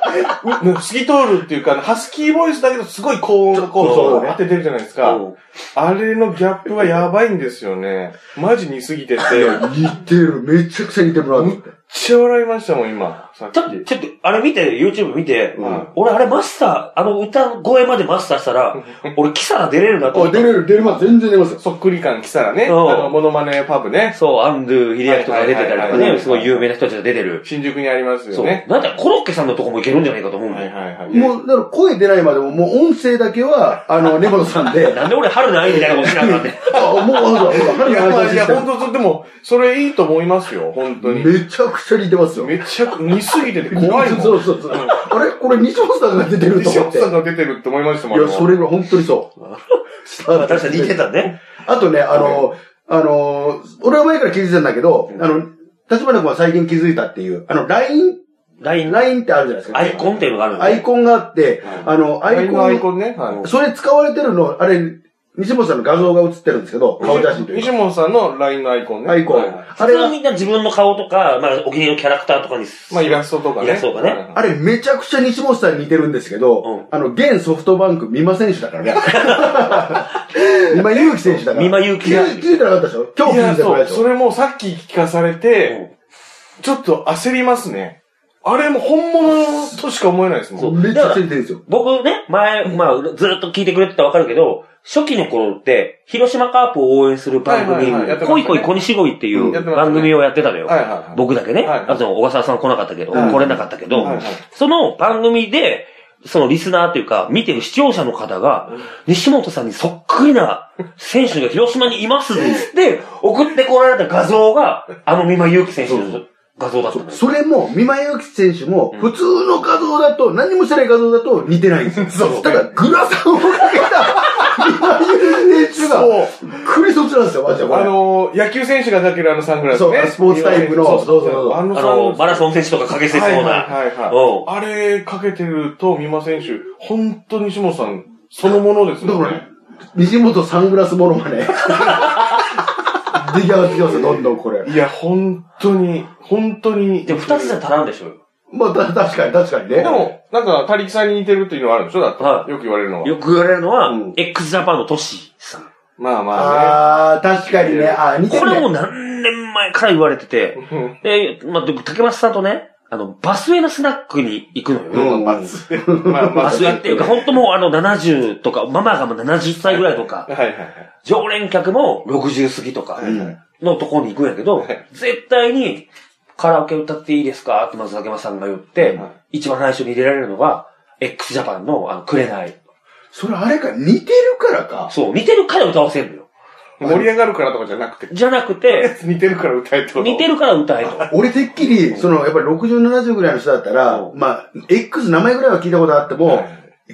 Speaker 3: う透き通るっていうか、ハスキーボイスだけど、すごい高音がこう、
Speaker 2: そう
Speaker 3: 当ててるじゃないですか。
Speaker 1: うん
Speaker 3: あれのギャップがやばいんですよね。マジ似すぎてて、めっ
Speaker 2: 似てる。めちゃくちゃ似てるなと思って。
Speaker 3: ちゃ笑いましたもん、今。さっき
Speaker 1: ちょっ。と、ちょっと、あれ見て、YouTube 見て、
Speaker 3: ん
Speaker 1: 俺あれマスター、あの歌声までマスターしたら、俺キサラ出れるなと思
Speaker 2: あ、
Speaker 1: った
Speaker 2: 出れる、出れます。全然出ますよ。
Speaker 3: そっくり感来たらね、あ
Speaker 1: うん
Speaker 3: の、モノマネパブね。
Speaker 1: そう、アンドゥ・ヒデヤキとか出てたり
Speaker 3: はい
Speaker 1: と
Speaker 3: は
Speaker 1: か
Speaker 3: いはいは
Speaker 1: ね、
Speaker 3: い
Speaker 1: すごい有名な人たちが出てる。
Speaker 3: 新宿にあります
Speaker 1: そ
Speaker 3: よ
Speaker 1: う。
Speaker 3: ね。
Speaker 1: なんだ、コロッケさんのとこもいけるんじゃないかと思うんだ
Speaker 3: はい
Speaker 1: よ。
Speaker 3: はいはい。
Speaker 2: もう、だから声出ないまでも、もう音声だけは、あの、根本さんで、
Speaker 1: なんで俺春菜いみたいなことしなあかんね。
Speaker 2: あ、もう、あそうだ、わか
Speaker 3: い
Speaker 2: るよ
Speaker 3: や、まあ、
Speaker 2: 話
Speaker 3: い
Speaker 2: し
Speaker 3: や、
Speaker 2: て
Speaker 3: 本当それでも、それいいと思いますよ、本当に。
Speaker 2: めちゃくちゃ似てますよ。
Speaker 3: めちゃく、似すぎて て怖いもん。
Speaker 2: そうそうそう。あれこれ西本さんが出てると
Speaker 3: 西
Speaker 2: 思
Speaker 3: 本
Speaker 2: って。い
Speaker 3: さんが出てるって思いましたもん。
Speaker 2: や、それぐらい本当にそう。
Speaker 1: まあ確かに似てたね。
Speaker 2: あとね、あの、あの、俺は前から気づいてたんだけど、あの、立花君は最近気づいたっていう、あの、LINE、
Speaker 1: LINE の
Speaker 2: LINE ってあるじゃないですか。
Speaker 1: アイコンっていうのがあるの
Speaker 2: アイコンがあって、あの、ア
Speaker 3: アイ
Speaker 2: イ
Speaker 3: コン。アイコ
Speaker 2: コ
Speaker 3: ンね。はい
Speaker 2: ン、それ使われてるの、あれ、西本さんの画像が映ってるんですけど、顔写真という
Speaker 3: 西本さんの LINE のアイコンね。
Speaker 2: か。アイコン。
Speaker 3: はいはい
Speaker 2: あ
Speaker 1: 普
Speaker 2: れ
Speaker 1: 通
Speaker 2: が
Speaker 1: みんな自分の顔とか、まあ、お気に入りのキャラクターとかに、
Speaker 3: まあ、イラストとかね。
Speaker 1: イラストとかね
Speaker 3: はいはい
Speaker 2: あれめちゃくちゃ西本さんに似てるんですけど、
Speaker 1: うん
Speaker 2: あの、現ソフトバンク美馬選手だからね。今勇樹選手だから。
Speaker 1: 美馬勇樹
Speaker 2: 気づ気づいてなかったでしょ今日
Speaker 3: い
Speaker 2: 気づ
Speaker 3: や、
Speaker 2: いてこ
Speaker 3: そ
Speaker 2: れ
Speaker 3: う、
Speaker 2: でし
Speaker 3: そ
Speaker 2: ょ
Speaker 3: れもさっき聞かされて、ちょっと焦りますね。あれも本物としか思えないですもん。
Speaker 2: めっちゃくちゃ似てるんですよ。
Speaker 1: 僕ね、前、まあ、ずっと聞いてくれてたらわかるけど、初期の頃って、広島カープを応援する番
Speaker 3: はい
Speaker 1: 組
Speaker 3: はいはいやって、ましたね
Speaker 1: 恋恋小西恋っていう
Speaker 3: やってましたね
Speaker 1: 番組をやってたのよ
Speaker 3: はいはいはい。
Speaker 1: 僕だけね。
Speaker 3: はいはい
Speaker 1: あと、小笠原さん来なかったけど、
Speaker 3: はいはい
Speaker 1: 来れなかったけど
Speaker 3: はいはい、
Speaker 1: その番組で、そのリスナーというか、見てる視聴者の方が、西本さんにそっくりな選手が広島にいますって、送ってこられた画像が、あの美馬勇樹選手の画像だったのよ。
Speaker 2: それも、美馬勇樹選手も、普通の画像だと、何もしてない画像だと似てないんですよ。
Speaker 3: そう
Speaker 2: ただ、グラサンをかけた美馬勇樹選手が、クリソツなんですよ、マジでこ
Speaker 3: あ
Speaker 2: れ。
Speaker 3: のー、野球選手がかけるあのサングラス
Speaker 2: そうあ
Speaker 3: ね。
Speaker 2: のスポーツタイプの
Speaker 3: そうそうそう
Speaker 2: そうそうそう
Speaker 3: あの
Speaker 1: あ
Speaker 3: サング
Speaker 1: の、
Speaker 3: ラス
Speaker 1: マラソン選手とかかけてそうな。
Speaker 3: はいはいはい
Speaker 1: うん
Speaker 3: はい。あれかけてると、美馬選手、本当に西本さん、そのものです
Speaker 2: だ
Speaker 3: よ
Speaker 2: から
Speaker 3: ね
Speaker 2: ね。、西本サングラスものまね。出来上がってきますよ、どんどんこれ。
Speaker 3: いや、本当に、本当に。
Speaker 1: でも二つじゃ足らんでしょ。
Speaker 2: まあ、た確かに、確かに
Speaker 3: で
Speaker 2: ね。
Speaker 3: も、なんか、他力さんに似てるっていうのはあるんでしょだって、
Speaker 1: はい
Speaker 3: よく言われるのは。
Speaker 1: よく言われるのは、
Speaker 3: うん
Speaker 1: x ジャパンのトシさん。
Speaker 3: まあまあ
Speaker 2: ああ、確かにね。あー似て
Speaker 1: こ
Speaker 2: る、ね。
Speaker 1: れもう何年前から言われてて、
Speaker 3: ね。
Speaker 1: で、まあ、で竹松さんとね、あの、バスへのスナックに行くのよ。
Speaker 2: う ん、
Speaker 3: まあま
Speaker 1: バ
Speaker 3: あ。
Speaker 1: スへっていうか、本当もうあの70とか、ママがもう70歳ぐらいとか
Speaker 3: は、いはいはい。
Speaker 1: 常連客も60過ぎとか
Speaker 2: ん
Speaker 1: のとこに行くんやけど
Speaker 3: はい、
Speaker 1: 絶対にカラオケ歌っていいですかってまず竹松さんが言って
Speaker 3: はい、
Speaker 1: 一番最初に入れられるのが、x ジャパンのあの、くれない。
Speaker 2: それあれか、似てるからか。
Speaker 1: そう、似てるから歌わせるのよ。
Speaker 3: 盛り上がるからとかじゃなくて、
Speaker 1: じゃなくて、
Speaker 3: 似てるから歌えってこと
Speaker 1: 似てるから歌えと。
Speaker 2: 俺てっきり、その、やっぱり60、70ぐらいの人だったら
Speaker 1: う、
Speaker 2: まあ、X 名前ぐらいは聞いたことあっても、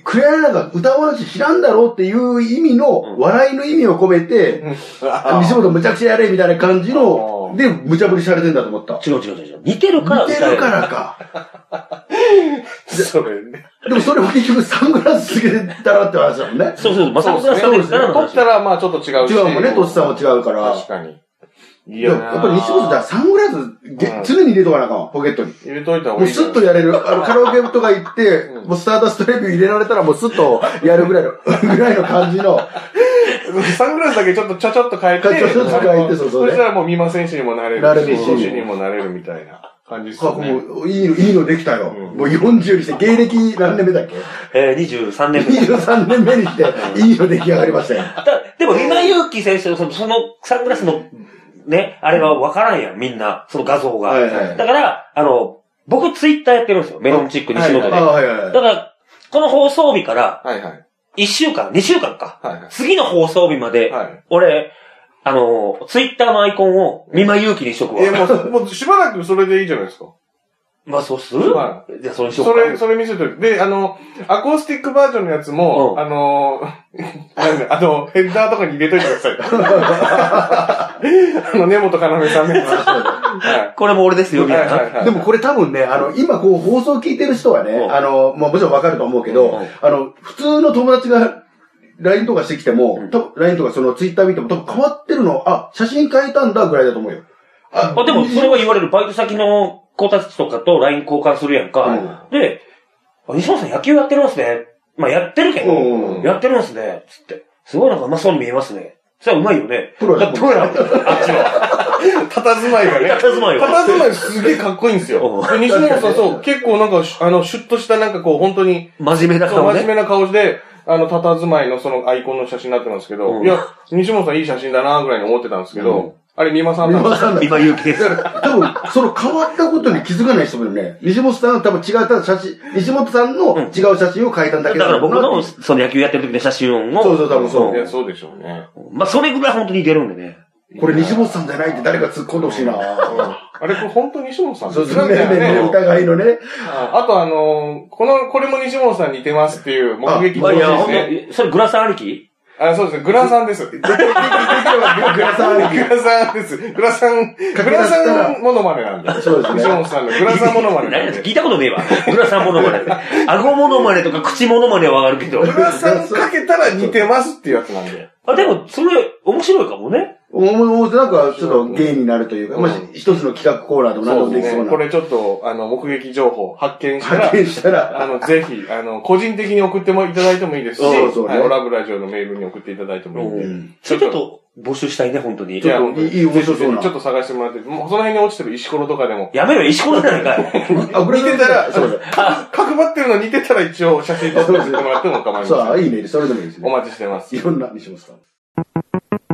Speaker 2: クレアなんか歌話知らんだろうっていう意味の、
Speaker 1: ん
Speaker 2: 笑いの意味を込めて、 あ西
Speaker 3: 西
Speaker 2: 本むちゃくちゃやれみたいな感じ
Speaker 3: あ
Speaker 2: の、
Speaker 3: ー
Speaker 2: で、無茶ぶりされてんだと思った。
Speaker 1: 違う違う違う違う。似てるから
Speaker 2: 似て
Speaker 1: 歌え
Speaker 2: る
Speaker 1: る。
Speaker 2: からか。
Speaker 3: それね。
Speaker 2: でもそれも結局サングラスつけてたらって話だもんね。
Speaker 1: そうそう、まさ
Speaker 3: そう
Speaker 1: こさん
Speaker 3: です
Speaker 1: そ
Speaker 3: ね。
Speaker 1: れからの
Speaker 3: 撮っ
Speaker 1: 話
Speaker 3: た。ら、まあちょっと違うし。
Speaker 2: 違うもんね、トシさんも違うから。
Speaker 3: 確かに。い
Speaker 2: でもやっぱり西本だからサングラスげ、
Speaker 3: うん
Speaker 2: 常に入れとかなあかん、ポケットに。
Speaker 3: 入れといた方
Speaker 2: も
Speaker 3: が
Speaker 2: う
Speaker 3: いい。
Speaker 2: スッとやれる。あの、カラオケとか行って、
Speaker 3: うん
Speaker 2: もうスターダストレビュー入れられたらもうスッとやるぐらいの、ぐらいの感じの。
Speaker 3: サングラスだけちょっとちゃちゃっと変えて、
Speaker 2: ちょちょっと変えてそうそうね
Speaker 3: したらもう美馬選手にもなれる
Speaker 2: なれ
Speaker 3: し、
Speaker 2: るし
Speaker 3: 選手にもなれるみたいな感じですよね。
Speaker 2: もういいの、いいのできたよ。
Speaker 3: うん
Speaker 2: もう40にして、芸歴何年目だっけ
Speaker 1: えー、23年 目。
Speaker 2: ?23 年目にして、いいの出来上がりましたよ。
Speaker 1: だでも、今勇気選手のそのそのサングラスの、ね、あれがわからんやん、みんな。その画像が。
Speaker 2: はいはい
Speaker 1: だから、あの、僕ツイッターやってるんですよ。メロンチック西本で。
Speaker 3: はい
Speaker 1: だ
Speaker 2: ああ、はいはい
Speaker 1: か
Speaker 2: はい。
Speaker 1: ら、この放送日から、
Speaker 3: はいはい。
Speaker 1: 1週間、2週間か。
Speaker 3: はいはい
Speaker 1: 次の放送日まで、
Speaker 3: はい
Speaker 1: 俺、あの、ツイッターのアイコンを、美馬勇気にしとくわ。
Speaker 3: え、もう、もうしばらくそれでいいじゃないですか。
Speaker 1: まあ、そうする、
Speaker 3: は
Speaker 1: じゃあ、それにしよう
Speaker 3: そ
Speaker 1: か。
Speaker 3: れ、それ見せといて。で、あの、アコースティックバージョンのやつも、
Speaker 1: うん
Speaker 3: あの、 なんかあの、ヘッダーとかに入れといてください。 あの、根本かなめさんのやつ。は
Speaker 1: これも俺です
Speaker 3: い。
Speaker 1: よ、みたいな。
Speaker 3: はいはいはい
Speaker 2: でもこれ多分ね、あの、今こう放送聞いてる人はね、
Speaker 1: うん
Speaker 2: あの、まあもちろんわかると思うけど、
Speaker 1: うん
Speaker 2: あの、普通の友達が LINE とかしてきても、
Speaker 1: うん
Speaker 2: 多分 LINE とかその Twitter 見ても多分変わってるの、あ、写真変えたんだぐらいだと思うよ。あ
Speaker 1: まあでも、それは言われる。バイト先の子たちとかと LINE 交換するやんか。で、あ西本さん野球やってるんすね。まあやってるけ
Speaker 2: う
Speaker 1: ど、
Speaker 2: んうんうん
Speaker 1: やってるんすね。つって。すごいなんかうまそうに見えますね。それはうまいよね。
Speaker 2: プロや
Speaker 1: だプロやん。あっち は。
Speaker 3: たたずまいがね。
Speaker 1: 佇まいは
Speaker 3: 佇まいすげえかっこいいんですよ。
Speaker 1: う
Speaker 3: で西本さ ん、そう、結構なんか、しあの、シュッとしたなんかこう、本当に、
Speaker 1: 真面目な
Speaker 3: そう
Speaker 1: 顔
Speaker 3: 真面
Speaker 1: ね。
Speaker 3: 目な顔で、あの、たたずまいのそのアイコンの写真になってますけど、
Speaker 1: うん
Speaker 3: いや、西本さんいい写真だなぐらいに思ってたんですけど、あれ、三馬さん
Speaker 2: 三馬
Speaker 3: だ。
Speaker 2: さんだ。
Speaker 1: 今言うけ
Speaker 2: だから、多分、その変わったことに気づかない人もいるね。西本さんは多分違った写真、西本さんの違う写真を変えたんだけ
Speaker 1: だ
Speaker 2: ど。
Speaker 1: から僕の、その野球やってる時の写真を。
Speaker 2: そうそう多分そう
Speaker 3: いや、そうでしょうね。
Speaker 1: まあ、それぐらい本当に出るんでね。
Speaker 2: これ西本さんじゃないって誰か突っ込んでほしいな。
Speaker 3: あれ、これ本当に西本さん
Speaker 2: そう
Speaker 3: な
Speaker 2: そ
Speaker 3: んだ
Speaker 2: う、ね
Speaker 3: よ ね
Speaker 2: ね、疑いのね。
Speaker 3: ああと、あのー、この、これも西本さん似てますっていう目撃
Speaker 1: まあ、いや、
Speaker 3: です
Speaker 1: 本
Speaker 3: ね。
Speaker 1: 当それグラサンありき
Speaker 3: あ、そうですね。グラさん です。グ
Speaker 2: 出てきたはグラサンあり
Speaker 3: ラさんです。グラさん、グラさんモノマネなんで。
Speaker 2: そうですね
Speaker 3: 西本さんのグラさんモノマネなん
Speaker 1: 何
Speaker 3: で。
Speaker 1: 聞いたことねえわ。グラサンモノマネ。顎モノマネとか口モノマネはわかるけど。
Speaker 3: グラさんかけたら似てますっていうやつなんで。
Speaker 1: あ、でも、それ、面白いかもね。
Speaker 2: 思い思ってなんか、ちょっと芸になるというか、まあ、一つの企画コーナーでも何で
Speaker 3: そ
Speaker 2: も
Speaker 3: う
Speaker 2: でき
Speaker 3: で
Speaker 2: そ
Speaker 3: す
Speaker 2: う
Speaker 3: ね。
Speaker 2: な。
Speaker 3: これちょっと、あの、目撃情報発見したら
Speaker 2: 発、見したら。
Speaker 3: あの、ぜひ、あの、個人的に送ってもいただいてもいいですし、
Speaker 2: そうそうね
Speaker 3: はいオラブラジオのメールに送っていただいてもいいんで。
Speaker 1: うんそれちょっと募集したいね、本当に
Speaker 3: い。や
Speaker 2: ちょっといいいい面白そうな
Speaker 3: ちょっと探してもらって、もうその辺に落ちてる石ころとかでも、
Speaker 1: やめろ、石ころじゃないかい。
Speaker 2: あ、グラ
Speaker 3: 似
Speaker 2: サン
Speaker 3: てたら、
Speaker 2: そうだ。
Speaker 3: か 角張ってるの似てたら一応写真撮って送ってもらっても構いませ
Speaker 2: そ
Speaker 3: ん。
Speaker 2: う、いいね。それでもいいです
Speaker 3: お
Speaker 2: ね。
Speaker 3: 待ちしてます
Speaker 2: い。ろんな西本さん。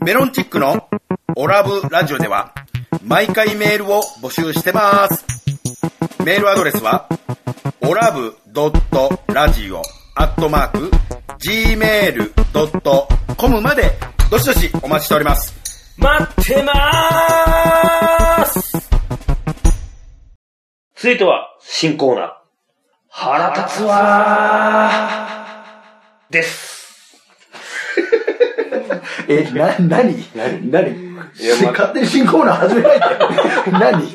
Speaker 4: メロンチックのオラブラジオでは毎回メールを募集してます。メールアドレスはオラブドットラジオアットマーク gmail.com までどしどしお待ちしております。
Speaker 1: 待ってまーす続いては、新コーナー。腹立つわーです。
Speaker 2: え、な、なになになに勝手に新コーナー始めないで。何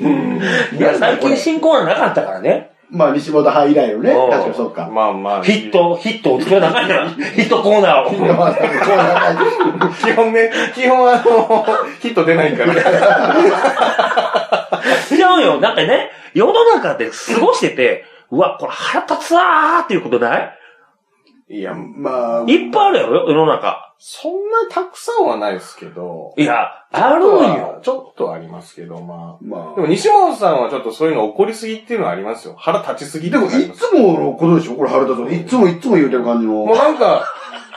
Speaker 1: いや、最近新コーナーなかったからね。
Speaker 2: まあ、西本派以来のね。
Speaker 1: うん
Speaker 2: 確かにそうか。
Speaker 3: まあまあ。
Speaker 1: ヒッ。ト、ヒットを作らなかったら、ヒットコーナ
Speaker 2: ま
Speaker 1: ーを。
Speaker 2: あコーナーない
Speaker 3: 基本ね、基本あの、 ヒット出ないから。
Speaker 1: 違うよ。なんかね、世の中で過ごしてて、うわ、これ腹立つわーっていうことない
Speaker 3: いや、
Speaker 2: まあ、
Speaker 1: いっぱいあるやろ世の中。
Speaker 3: そんなたくさんはないですけど。
Speaker 1: いや、あるんよ。
Speaker 3: ちょっとありますけど、まあ。
Speaker 2: ま
Speaker 3: でも西本さんはちょっとそういうの怒りすぎっていうのはありますよ。腹立ちすぎ
Speaker 2: あ、
Speaker 3: っていうのは
Speaker 2: でも、
Speaker 3: あり
Speaker 2: い
Speaker 3: ます。
Speaker 2: つものことでしょこれ腹立つの。いつもいつも言うてる感じ
Speaker 3: もう
Speaker 2: の。
Speaker 3: なんか、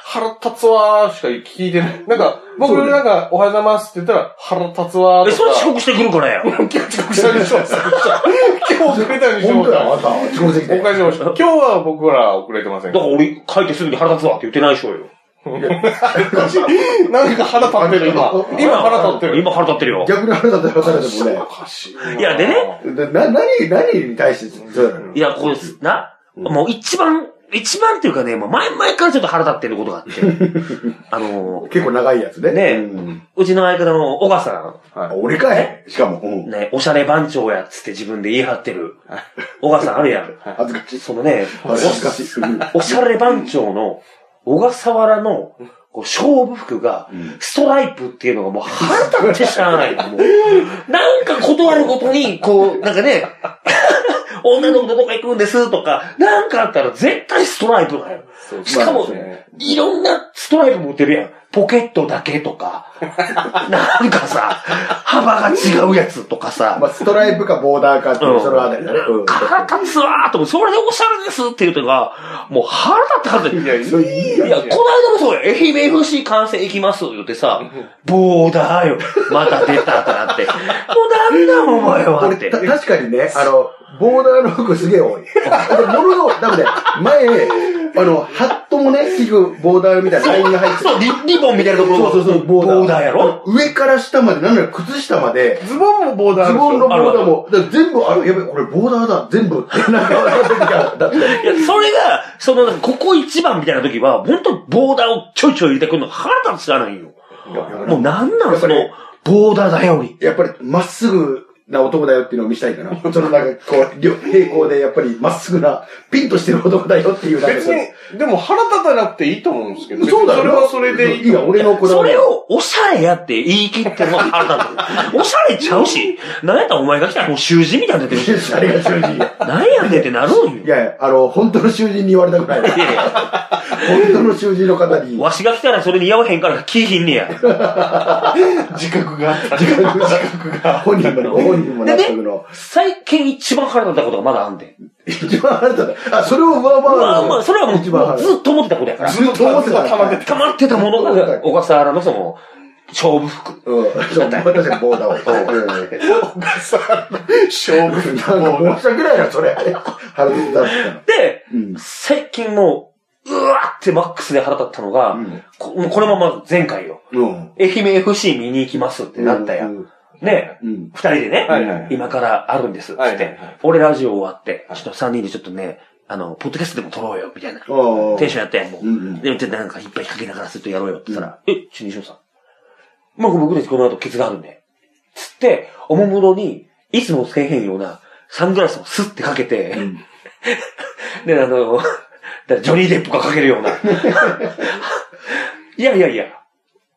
Speaker 3: 腹立つわーしか聞いてない。なんか、僕
Speaker 2: そうね
Speaker 3: なんか、おはようございますって言ったら、腹立つわー
Speaker 1: え、
Speaker 3: と
Speaker 1: それ遅
Speaker 3: か。
Speaker 1: 刻してくるから や。
Speaker 3: 今日遅刻したでしょ 今日遅れたでしょ
Speaker 2: 本当や、あなた。遅刻してき
Speaker 3: お
Speaker 2: て。
Speaker 3: かしいおかしい今日は僕ら遅れてません
Speaker 1: だから俺、書いてすぐに腹立つわって言ってないでしょうよ。
Speaker 3: なんか腹立ってる今。今腹立ってる。
Speaker 1: 今腹立ってるよ。
Speaker 2: 逆に腹立って腹立っても
Speaker 3: お
Speaker 2: ね。
Speaker 3: かしいな。
Speaker 1: いやでね
Speaker 2: でな、何、何に対して、そうやろ
Speaker 1: いや、これ、な、もう一番、一番っていうかね、もう前々からちょっと腹立ってることがあ って。あの
Speaker 2: 結構長いやつね。
Speaker 1: ねえ
Speaker 2: うん
Speaker 1: うちの相方の小川さ
Speaker 2: あ俺かいしかも、うん
Speaker 1: ん、。ね、おしゃれ番長やっつって自分で言い張ってる。小川さんあるやん。
Speaker 2: 恥ずかしい。
Speaker 1: そのね、
Speaker 2: 恥ずかしい。うん
Speaker 1: おしゃれ番長の小笠原のこう勝負服がストライプっていうのがもう腹立ってしゃあない。もうなんか断るごとに、こう、なんかね、 女の子とどこか行くんですとか、なんかあったら絶対ストライプだよ。しかも、いろんなストライプ持ってるやん。ポケットだけとか、 なんかさ、幅が違うやつとかさ。
Speaker 2: まあ、ストライプかボーダーかっていう、そのあたりだね。うん
Speaker 1: 腹立つわーと思って、それでおしゃれですっていうのが、もう腹立って腹立って。
Speaker 3: いや、い
Speaker 2: そういい
Speaker 3: い
Speaker 1: いや、こ
Speaker 3: や
Speaker 1: の間もそうよ。愛媛 FC 観戦行きます言ってさ、ボーダーよ。また出たってなって。もうなんだお前は
Speaker 2: 俺
Speaker 1: って。
Speaker 2: た確かにね、あの、ボーダーの服すげえ多い。あと、物の、だめね、前、あの、ハットもね、結局、ボーダーみたいなラインが入って
Speaker 1: そう、リリボンみたいなところ
Speaker 2: そうそうそう、
Speaker 1: ボーダーやろ
Speaker 2: 上から下まで、なんなら靴下まで、
Speaker 3: ズボンもボーダー
Speaker 2: ズ
Speaker 3: でし
Speaker 2: ボンの
Speaker 3: ょ
Speaker 2: ボーダーも、だから全部、あれ、やべ、これボーダーだ、全 部って、なんか、笑ってるからだって、
Speaker 1: いや、それが、その、ここ一番みたいな時は、本当ボーダーをちょいちょい入れてくるのが腹立つじゃないよ。もうなんなんその
Speaker 2: やっ、
Speaker 1: ボーダーだより。
Speaker 2: やっぱり、まっすぐな男だよっていうのを見せたいかな。 そのなんか、こう、両平行で、やっぱり、まっすぐな、ピンとしてる男だよっていう、なんか
Speaker 3: 別
Speaker 2: それ、
Speaker 3: に、でも腹立たなくていいと思うんですけど。
Speaker 2: そうだよ
Speaker 3: それはそれでい
Speaker 2: い
Speaker 3: い。
Speaker 2: や、俺のこだ
Speaker 1: そ
Speaker 2: わり
Speaker 1: れ を、おしゃれやって言い切ってるのが腹立つ。おしゃれちゃうし、なんやったらお前が来たらもう囚人みたいになってるし、
Speaker 2: あれが囚人や。
Speaker 1: なんやねんってなるんよ
Speaker 2: い。やいや、あの、本当の囚人に言われたくない。
Speaker 1: いやいや
Speaker 2: 本当の囚人の方に、
Speaker 1: わしが来たらそれに合わへんから聞いひんねや。
Speaker 3: 自覚があった。
Speaker 2: 自覚が、本人も、本人も納得の。
Speaker 1: 最近一番腹立ったことがまだあんでん。
Speaker 2: 一番腹立った。あ、それを上回る。
Speaker 1: まあまあ、それはもう
Speaker 2: 一番
Speaker 1: もう
Speaker 2: 腹立
Speaker 1: ずっと思ってたことやから。
Speaker 2: ずっと思ってた
Speaker 3: ずっと溜まって
Speaker 1: 溜まってたものが、小笠原のその、勝負服。
Speaker 2: うん。そう、確かに棒だわ。うん
Speaker 3: お母さん、勝負に
Speaker 2: なん
Speaker 3: もう
Speaker 2: か申し訳ないな、それ。腹立ったの。
Speaker 1: で、
Speaker 2: うん。
Speaker 1: 最近もう、うわーってマックスで腹立ったのが、
Speaker 2: うん
Speaker 1: ここれもまず前回よ。
Speaker 2: うん。
Speaker 1: 愛媛 FC 見に行きますってなったやん。
Speaker 2: うん。
Speaker 1: ね、
Speaker 2: うん。
Speaker 1: 二人でね、
Speaker 3: はいはいはい
Speaker 1: 今からあるんですっつって、
Speaker 3: はいはいはい
Speaker 1: 俺ラジオ終わって、
Speaker 3: はい
Speaker 1: ちょっと三人でちょっとね、あの、ポッドキャストでも撮ろうよ、みたいな。
Speaker 2: ああ
Speaker 1: テンションやったやん、もう。
Speaker 2: うんうん
Speaker 1: で、ちょっとなんかいっぱい引っ掛けながらずっとやろうよって言ったら、え、中二翔さん。まあ、僕たちこの後ケツがあるんで。つって、おもむろに、いつもせえへんようなサングラスをスッてかけて、
Speaker 2: ん
Speaker 1: で、あの、だからジョニー・デップがかけるよう な。いやいやいや、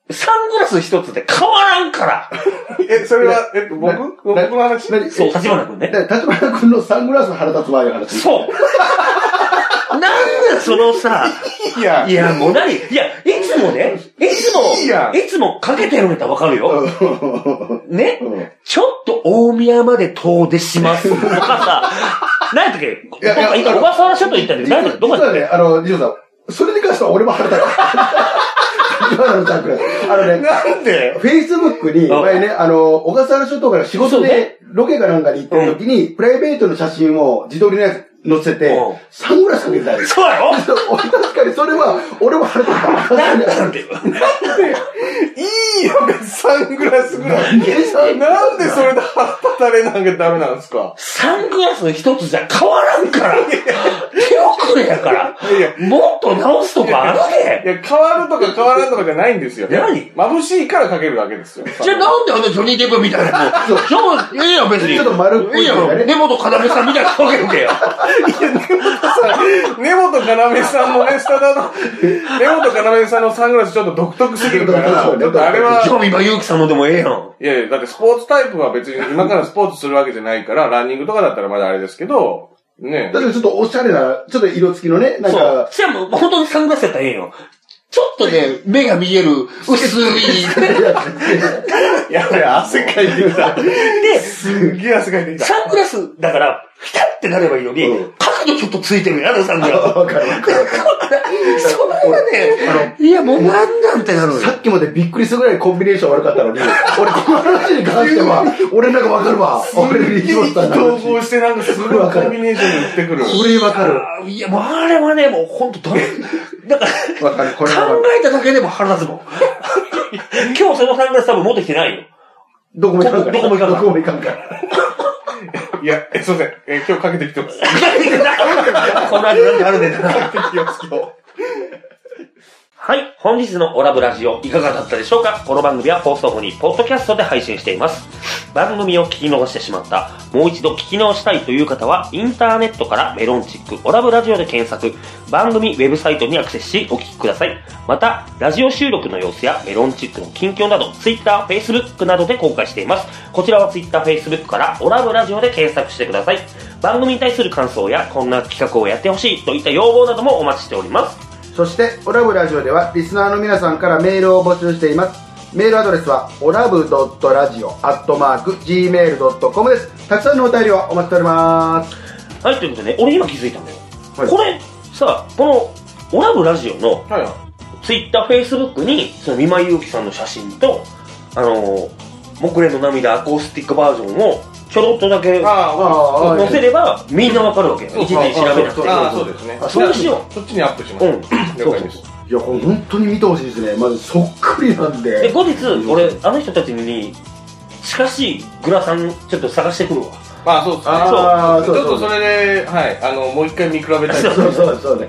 Speaker 1: サングラス一つで変わらんから。
Speaker 3: え、それは、え、僕
Speaker 2: な
Speaker 3: 僕の話
Speaker 2: 何
Speaker 1: そう、立花くんね。
Speaker 2: だから立花君のサングラス腹立つわいう話。
Speaker 1: そう。 なんだそのさ、
Speaker 3: いや
Speaker 1: い、や、もう何いや、いつもね、いつも、
Speaker 3: いいやん
Speaker 1: いつもかけてるんだったらわかるよ。
Speaker 2: う
Speaker 1: ね、
Speaker 2: ん。うん
Speaker 1: ちょっと大宮まで遠出し ますとかさ、何やったっけ
Speaker 2: いやいや
Speaker 1: なんか今小笠原諸島行ったんだけど、何やったっけ
Speaker 2: 実
Speaker 1: どこだ
Speaker 2: は
Speaker 1: っ
Speaker 2: ね、あの、ジョーさん、それに関しては俺も腹立つ。立花のサングラス。あのね、
Speaker 3: なんで
Speaker 2: フェイスブックに、
Speaker 1: うん
Speaker 2: 前ね、あの、小笠原諸島から仕
Speaker 1: そ
Speaker 2: 事
Speaker 1: うね
Speaker 2: で、ロケかなんかに行ってる時に、プライベートの写真を自撮りのやつ載せて
Speaker 1: うん、
Speaker 2: サングラスかけてたん
Speaker 1: け
Speaker 2: です。
Speaker 1: そうやろ
Speaker 2: 確かにそれは、俺も腹立った。確かに
Speaker 1: なんで
Speaker 3: いいやん、サングラスぐらい。なんでそれで腹立たれなきゃダメなんですか
Speaker 1: サングラスの一つじゃ変わらんから手遅れやから
Speaker 3: いや
Speaker 1: もっと直すとこある
Speaker 3: い
Speaker 1: で
Speaker 3: や、変わるとか変わらんとかじゃないんですよ。
Speaker 1: 何
Speaker 3: 眩しいからかけるだけですよ。
Speaker 1: じゃあなんであのジョニー・デップみたいなのそう、いいよ別に。
Speaker 2: ちょっと丸っこい
Speaker 1: いいよ
Speaker 2: とかね、
Speaker 1: 根本要さんみたいなわけんだよ。
Speaker 3: 根本要さんのね、スタダの、根本要さんのサングラスちょっと独特すぎるから、ち
Speaker 2: そうね
Speaker 3: ょっとあれ
Speaker 1: ジ
Speaker 3: は、
Speaker 1: ョミバユウキさんのでもええやん。
Speaker 3: いやいや、だってスポーツタイプは別に今からスポーツするわけじゃないから、ランニングとかだったらまだあれですけど、ね
Speaker 2: だ。けどちょっとおしゃれな、ちょっと色付きのね、なん
Speaker 1: そう
Speaker 2: か。、
Speaker 1: じゃあもう本当にサングラスやったらええよ。ちょっとね、目が見える薄い。
Speaker 3: やべえ、汗かいてきた。
Speaker 1: で、
Speaker 3: すっげえ汗かいてきた。
Speaker 1: サングラスだから、ピタってなればいいのに
Speaker 2: うん、
Speaker 1: 角度ちょっとついてるやろ、サングラス。
Speaker 2: わかるわかる
Speaker 1: それがね、いや、もうなんなんてなるの
Speaker 2: さ
Speaker 1: よ。
Speaker 2: っきまでびっくりするぐらいコンビネーション悪かったのに、俺この話に関しては、俺なんかわかるわ。俺
Speaker 3: すっ
Speaker 2: リ
Speaker 3: げえ
Speaker 2: ゾー
Speaker 3: 意
Speaker 2: トさん
Speaker 3: 気
Speaker 2: の
Speaker 3: 投
Speaker 2: 話。
Speaker 3: 合してなんかすごいコンビネーションで売ってくる。
Speaker 2: 俺わかる。
Speaker 1: あーいや、もうあれはね、もう本当だ め。だから、
Speaker 2: わかる、こ
Speaker 1: 考
Speaker 2: れわかる。
Speaker 1: えただけでも 腹立つもん。今日そのサングラス多分持ってきてないよ。
Speaker 2: どこも行かんから。
Speaker 1: どこも行かんから
Speaker 2: どこも行かんから。
Speaker 3: いや、え、すいません。え、今日かけてきてます。
Speaker 1: この後なんかあるねんな。
Speaker 3: かけてきてます、今日。
Speaker 1: はい。本日のオラブラジオ、いかがだったでしょうかこの番組は放送後に、ポッドキャストで配信しています。番組を聞き逃してしまった、もう一度聞き直したいという方は、インターネットからメロンチックオラブラジオで検索、番組ウェブサイトにアクセスし、お聞きください。また、ラジオ収録の様子やメロンチックの近況など、Twitter、Facebook などで公開しています。こちらは Twitter、Facebook から、オラブラジオで検索してください。番組に対する感想や、こんな企画をやってほしいといった要望などもお待ちしております。
Speaker 2: そして、オラブラジオでは、リスナーの皆さんからメールを募集しています。メールアドレスは、オラブドットラジオアットマーク Gmail.com です。たくさんのお便りをお待ちしております。
Speaker 1: はい、ということで、ね、俺今気づいたんだよ。
Speaker 2: はい
Speaker 1: これ、さ、この、オラブラジオの
Speaker 3: はいはい。
Speaker 1: ツイッター、フェイスブックに、その、三馬祐希さんの写真と、あのー、木蓮の涙アコースティックバージョンを、ちょろっとだけ載
Speaker 3: ああ、
Speaker 2: あ
Speaker 1: せれば、みんなわかるわけよ。一時調べなくて。
Speaker 3: ああ、そうですね。
Speaker 2: あ
Speaker 1: そうしよ
Speaker 3: う。そっちにアップします。
Speaker 1: うん
Speaker 3: 了解です。
Speaker 2: いや、これ本当に見てほしいですね。まず、そっくりなん
Speaker 1: で、
Speaker 2: で。
Speaker 1: 後日、俺、あの人たちに、近しいグラさん、ちょっと探してくるわ。
Speaker 3: まあ、そうですね。
Speaker 2: あー
Speaker 3: そうちょっ
Speaker 2: そうそ
Speaker 3: と
Speaker 2: う
Speaker 3: それで、はい、あの、もう一回見比べたい。
Speaker 1: そう
Speaker 2: そうそうそうね。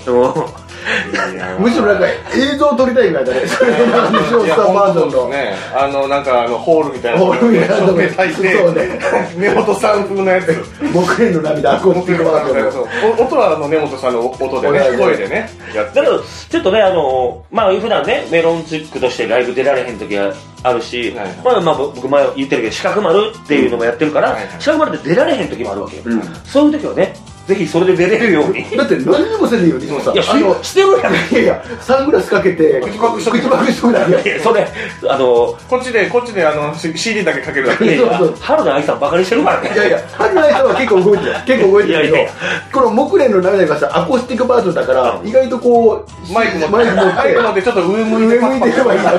Speaker 2: むしろなんか、映像撮りたいぐらいだ ね。 それなんでしょう、
Speaker 3: い
Speaker 2: ス
Speaker 3: や
Speaker 2: ターバージョ
Speaker 3: 本
Speaker 2: ン
Speaker 3: 当
Speaker 2: の
Speaker 3: で。すね。あの、なんか、あの、ホールみたいな。
Speaker 2: ホールみたいなとこ
Speaker 3: 照明焚い
Speaker 2: そうね
Speaker 3: て、根本さん風のやつ。
Speaker 2: 木蓮の涙、アコースティックバージョンの。
Speaker 3: お音はあの根本さんの音でね
Speaker 2: 同じ、
Speaker 3: 声でね、やって
Speaker 1: だけど、ちょっとね、あのまあ、普段ね、メロンチックとしてライブ出られへん時はあるし、
Speaker 3: はいはい
Speaker 1: まあ、まあ、僕前言ってるけど、四角丸っていうのもやってるから、
Speaker 3: はいはい
Speaker 1: 四角丸で出られへん時もあるわけよ。
Speaker 2: うん
Speaker 1: そういう時はね、ぜひそれで出れるように。い
Speaker 2: だって何にもせずによ、西本さん。
Speaker 1: や、し
Speaker 2: あの
Speaker 1: してるやん。
Speaker 2: いやいや、サングラスかけて、
Speaker 3: 口パクしとく
Speaker 2: 口パクしとくだけ
Speaker 1: いやそれ、あの、
Speaker 3: こっちで、こっちで、あの、C- CD だけかけるだ
Speaker 1: い
Speaker 3: け。
Speaker 1: やいや
Speaker 2: そうそう
Speaker 1: 春菜愛さんバカにしてるから
Speaker 2: いやい
Speaker 1: ね。
Speaker 2: や、春菜さんは結構動いてる。結構動いてるけど、
Speaker 1: いやいや
Speaker 2: この木蓮の涙がさ、アコースティックバージョンだから、意外とこう、
Speaker 3: マイク持って、
Speaker 2: マイク持
Speaker 3: マイク持
Speaker 2: っ
Speaker 3: って、ちょっと上
Speaker 2: て、
Speaker 3: 向いて
Speaker 2: 上向いてればいい んだ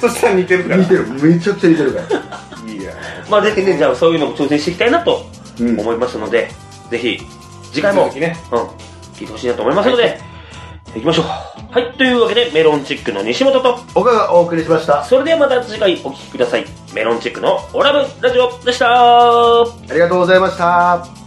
Speaker 3: そしたら似てる
Speaker 2: け
Speaker 3: か
Speaker 2: ど、
Speaker 3: ら。
Speaker 2: 似てる。めちゃくちゃ似て るから。
Speaker 3: いや。
Speaker 1: まあ、ぜひね、じゃあそういうのも挑戦していきたいなと
Speaker 2: うん
Speaker 1: 思いますので、ぜひ、次回も、
Speaker 3: 引き続きね
Speaker 1: うん、聞いてほしいなと思いますので、行きましょう。はい、というわけで、メロンチックの西本と、
Speaker 2: 岡がお送りしました。
Speaker 1: それではまた次回お聞きください。メロンチックのオラブラジオでした。
Speaker 2: ありがとうございました。